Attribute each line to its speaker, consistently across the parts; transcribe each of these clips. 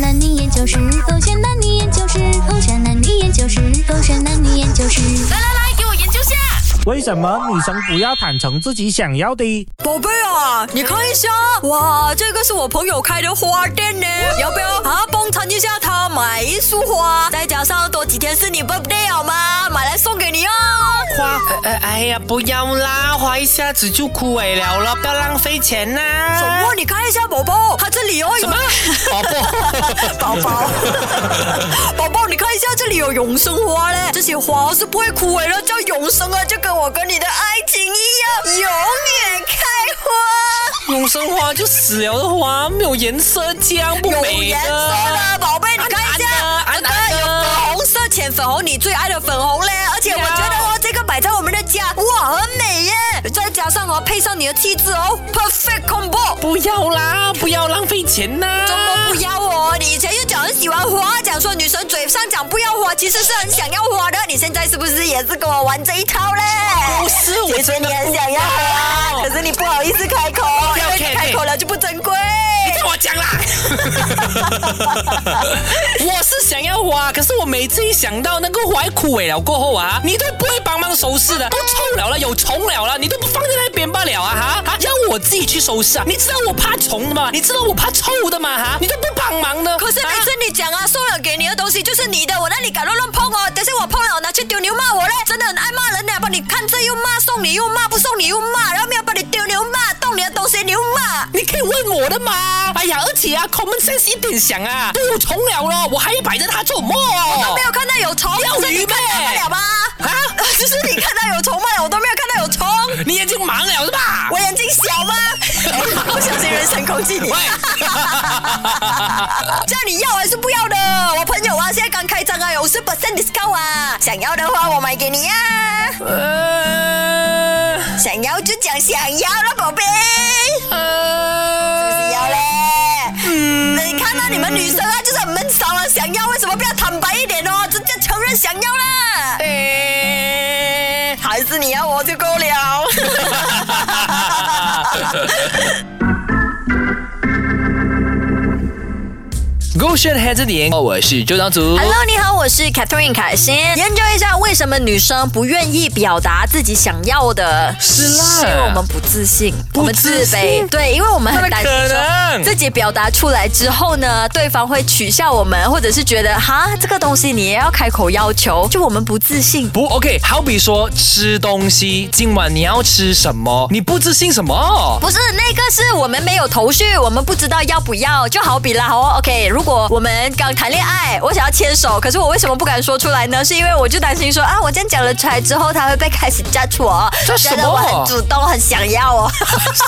Speaker 1: 男女研究室，狗血男女研究室，狗血男女研究室，狗血男女研究室。
Speaker 2: 来来来，给我研究下。
Speaker 3: 为什么女生不要坦诚自己想要的？
Speaker 4: 宝贝啊，你看一下，哇，这个是我朋友开的花店呢，要不要啊帮衬一下他买一束花？再加上多几天是你 birthday 好吗？买来送给你哦。
Speaker 5: 花，呃呃，哎呀，不要啦，花一下子就枯萎了了，不要浪费钱呐。
Speaker 4: 什么？你看一下宝宝，他这里哦有
Speaker 5: 什么？宝宝，
Speaker 4: 宝宝， 宝宝，你看一下这里有永生花嘞，这些花是不会枯萎的，叫永生啊，就跟我跟你的爱情一样，永远开花，
Speaker 5: 永生花就死了的花，没有颜色，这样不美啊
Speaker 4: 有颜色的宝贝，你看一下，
Speaker 5: 安啊
Speaker 4: 这
Speaker 5: 安的
Speaker 4: 个啊有
Speaker 5: 安安的
Speaker 4: 粉红色、浅粉红，你最爱的粉红嘞，而且我
Speaker 5: 对啊
Speaker 4: 觉得哦，这个摆在我们的家，哇，很美耶，再加上哦，配上你的气质哦，perfect combo。
Speaker 5: 不要啦，不要浪费钱呐。
Speaker 4: 怎么不要我？你以前又讲很喜欢花，讲说女生嘴上讲不要花，其实是很想要花的。你现在是不是也是跟我玩这一套嘞？
Speaker 5: 不是我
Speaker 4: 其实
Speaker 5: 真
Speaker 4: 你
Speaker 5: 的
Speaker 4: 很想要
Speaker 5: 啊
Speaker 4: 花，可是你不好意思开口，因为你开口了就不珍贵。
Speaker 5: 听我讲啦！ 我是想要花，可是我每次一想到那个花枯萎了过后啊，你都不会帮忙收拾的，都臭了了，有虫了了，你都不放在那边罢了啊哈！哈，让我自己去收拾啊！你知道我怕虫的吗？你知道我怕臭的吗？哈，你都不帮忙呢？
Speaker 4: 可是每次
Speaker 5: 啊
Speaker 4: 你讲啊，送了给你的东西就是你的，我那里敢乱乱碰哦，等下我碰了我拿去丢，你又骂我嘞，真的很爱骂人的，把你看这又骂，送你又骂，不送你又骂，然后没有把你丢你又骂，动你的东西你又骂。
Speaker 5: 你可以问我的嘛？哎呀，而且啊，common sense 一点想啊，都有虫了了，我还摆着它做什么？
Speaker 4: 没有看到有虫，
Speaker 5: 钓
Speaker 4: 可是你
Speaker 5: 鱼呗
Speaker 4: 看到得了吗？
Speaker 5: 啊
Speaker 4: 就是你看到有虫吗？我都没有看到有虫，
Speaker 5: 你眼睛盲了是吧？
Speaker 4: 我眼睛小吗？哎不小心人身攻击你
Speaker 5: 喂，
Speaker 4: 这样你要还是不要的？我朋友啊，现在刚开张啊，有十 percent discount 啊，想要的话我买给你啊，
Speaker 5: 呃
Speaker 4: 想要就讲想要了，宝贝，
Speaker 5: 呃。
Speaker 4: 不要嘞。
Speaker 5: 嗯
Speaker 4: 你看到、你们女生啊，就是很闷骚了，想要为什么不要坦白一点哦？直接承认想要啦。
Speaker 5: 诶
Speaker 4: 还是你要我就够了。
Speaker 5: 勾选黑着点，我是周长祖。
Speaker 4: Hello，你好，我是 Catherine 凯欣。研究一下为什么女生不愿意表达自己想要的，
Speaker 5: 是啦
Speaker 4: 因为我们不自信，我们自
Speaker 5: 自信
Speaker 4: 卑，对，因为我们很担心
Speaker 5: 怎么可
Speaker 4: 说
Speaker 5: 能
Speaker 4: 自己表达出来之后呢，对方会取笑我们，或者是觉得哈这个东西你也要开口要求，就我们不自信。
Speaker 5: 不，OK，好比说吃东西，今晚你要吃什么？你不自信什么？
Speaker 4: 不是那个，是我们没有头绪，我们不知道要不要。就好比啦，哦，OK，如果我们刚谈恋爱，我想要牵手，可是我为什么不敢说出来呢？是因为我就担心说啊，我这样讲了出来之后，他会被开始 judge 我，
Speaker 5: 这
Speaker 4: 觉
Speaker 5: 什
Speaker 4: 得
Speaker 5: 么
Speaker 4: 我很主动，很想要哦。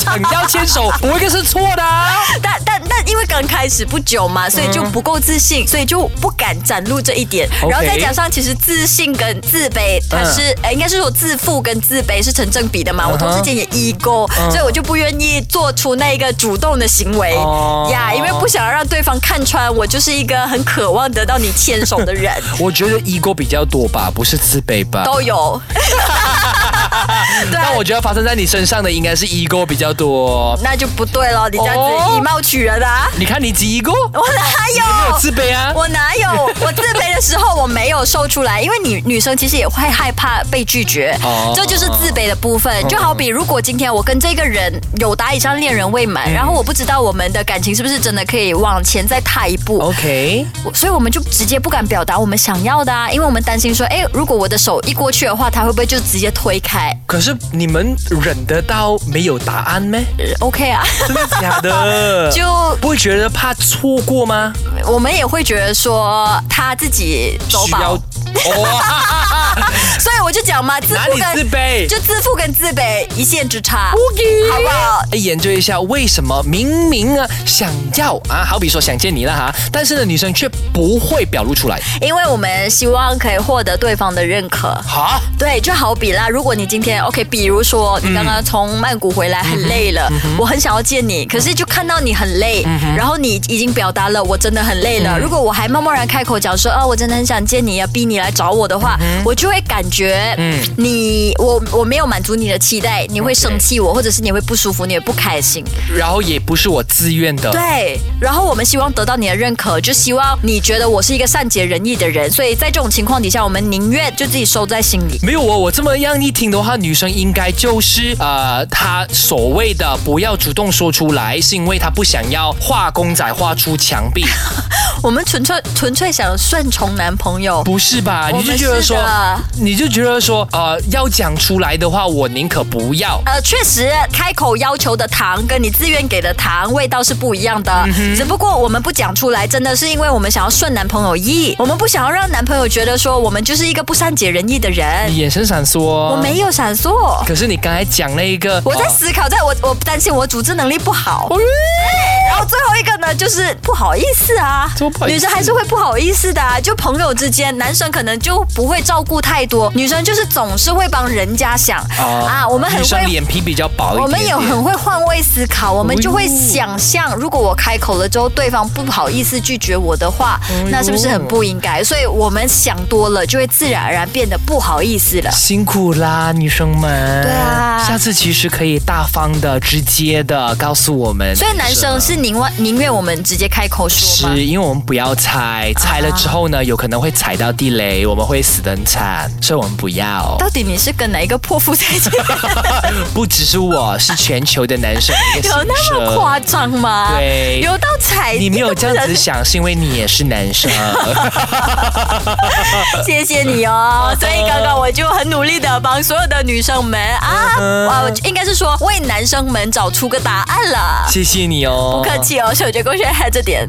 Speaker 5: 想要牵手，不会是错的啊。
Speaker 4: 但但但因为刚开始不久
Speaker 5: 嗯
Speaker 4: 嘛，所以就不够自信，所以就不敢展露这一点。
Speaker 5: OK 嗯
Speaker 4: 然后再加上，其实自信跟自卑，它是、呃应该是说自负跟自卑是成正比的嘛。我同事间也 ego，、所以
Speaker 5: 嗯
Speaker 4: 我就不愿意做出那个主动的行为
Speaker 5: 哦
Speaker 4: 呀因为不想要让对方看穿我就是一个很渴望得到你牵手的人，
Speaker 5: 我觉得 ego 比较多吧，不是自卑吧？
Speaker 4: 都有。对啊
Speaker 5: 但我觉得发生在你身上的应该是 ego 比较多。
Speaker 4: 那就不对了，你这样子
Speaker 5: 哦
Speaker 4: 以貌取人啊！
Speaker 5: 你看你几 ego？
Speaker 4: 我哪
Speaker 5: 没
Speaker 4: 有
Speaker 5: 有？自卑啊？
Speaker 4: 哦 我哪有？我自卑的时候我没有说出来，因为女女生其实也会害怕被拒绝
Speaker 5: 哦，
Speaker 4: 这就是自卑的部分。就好比如果今天我跟这个人有达以上恋人未
Speaker 5: 嗯
Speaker 4: 满，然后我不知道我们的感情是不是真的可以往前再踏一
Speaker 5: 哦
Speaker 4: 步，
Speaker 5: OK，
Speaker 4: 我所以我们就直接不敢表达我们想要的啊，因为我们担心说，哎，如果我的手一过去的话，他会不会就直接推开
Speaker 5: 可是你们忍得到没有答案吗？
Speaker 4: 呃？OK 啊，
Speaker 5: 真的假 的？
Speaker 4: 就
Speaker 5: 不会觉得怕错过吗？
Speaker 4: 我们也会觉得说他自己走
Speaker 5: 需要 哦
Speaker 4: 吧。
Speaker 5: 哇，
Speaker 4: 所以我就讲嘛，自
Speaker 5: 哪
Speaker 4: 负
Speaker 5: 里
Speaker 4: 跟
Speaker 5: 自卑？
Speaker 4: 就自负跟自卑一线之差，好不好？
Speaker 5: 哎研究一下为什么明明啊想要啊，好比说想见你了哈，但是呢女生却不会表露出来。
Speaker 4: 因为我们希望可以获得对方的认可。
Speaker 5: 哈，
Speaker 4: 对，就好比啦，如果你今天 OK，比如说你刚刚从曼谷回来很累了，我很想要见你，可是就看到你很累，然后你已经表达了我真的哦很累了。如果我还贸贸然开口讲说啊，我真的很想见你啊，逼你来找我的话，我就会感感觉，嗯
Speaker 5: 嗯，
Speaker 4: 你我我没有满足你的期待，你会生气我，或者是你会不舒服，你也不开心。
Speaker 5: 然后也不是我自愿的。
Speaker 4: 对，然后我们希望得到你的认可，就希望你觉得我是一个善解人意的人，所以在这种情况底下，我们宁愿就自己收在心里。
Speaker 5: 没有哦我，我这么样一听的话，女生应该就是呃，她所谓的不要主动说出来，是因为她不想要画公仔画出墙 壁，
Speaker 4: 我们纯粹纯粹想顺从男朋友，
Speaker 5: 不是吧？
Speaker 4: 我
Speaker 5: 你
Speaker 4: 们
Speaker 5: 就觉得说
Speaker 4: 是的，
Speaker 5: 你就觉得说，呃，要讲出来的话，我宁可不要。
Speaker 4: 呃，确实，开口要求的糖跟你自愿给的糖味道是不一样的。只不过我们不讲出来，真的是因为我们想要顺男朋友意，我们不想要让男朋友觉得说我们就是一个不善解人意的人
Speaker 5: 你。眼神闪烁，
Speaker 4: 我
Speaker 5: 我
Speaker 4: 没有闪烁，
Speaker 5: 可是你刚才讲那一个，
Speaker 4: 我在
Speaker 5: 哦
Speaker 4: 思考，在我我担心我组织能力不好。
Speaker 5: 哎
Speaker 4: 对然后最后一个呢，就是不好意思啊
Speaker 5: 怎么不，好意思
Speaker 4: 女生还是会不好意思的、啊。就朋友之间，男生可能就不会照顾太多，女生就是总是会帮人家想、
Speaker 5: 哦
Speaker 4: 啊。我们很
Speaker 5: 女生
Speaker 4: 会
Speaker 5: 脸皮比较薄一点点，哎
Speaker 4: 我们也很会换位思考，我们就会想象，如果我开口了之后，对方不好意思拒绝我的话，
Speaker 5: 哎
Speaker 4: 那是不是很不应该？所以我们想多了，就会自然而然变得不好意思了。
Speaker 5: 辛苦啦，女生们。
Speaker 4: 对啊
Speaker 5: 下次其实可以大方的、直接的告诉我们。
Speaker 4: 所以男生是宁愿宁愿我们直接开口说吗啊
Speaker 5: 是？因为我们不要猜，猜了之后呢，有可能会踩到地雷，我们会死得很惨，所以我们不要。
Speaker 4: 到底你是跟哪一个泼妇在一 起？
Speaker 5: 不只是我，是全球的男 生的一个
Speaker 4: 有那
Speaker 5: 心
Speaker 4: 么
Speaker 5: 声
Speaker 4: 夸张吗？
Speaker 5: 对
Speaker 4: 有到踩
Speaker 5: 你没有
Speaker 4: 地
Speaker 5: 这
Speaker 4: 都不
Speaker 5: 样
Speaker 4: 能
Speaker 5: 子想，是因为你也是男 生。
Speaker 4: 谢谢你 哦，所以刚刚我就很努力的帮所有的女生们
Speaker 5: 嗯
Speaker 4: 啊，呃，应该是说为男生们找出个答案了。
Speaker 5: 谢谢你哦，
Speaker 4: 不客。气哦，小觉过去嗨着点。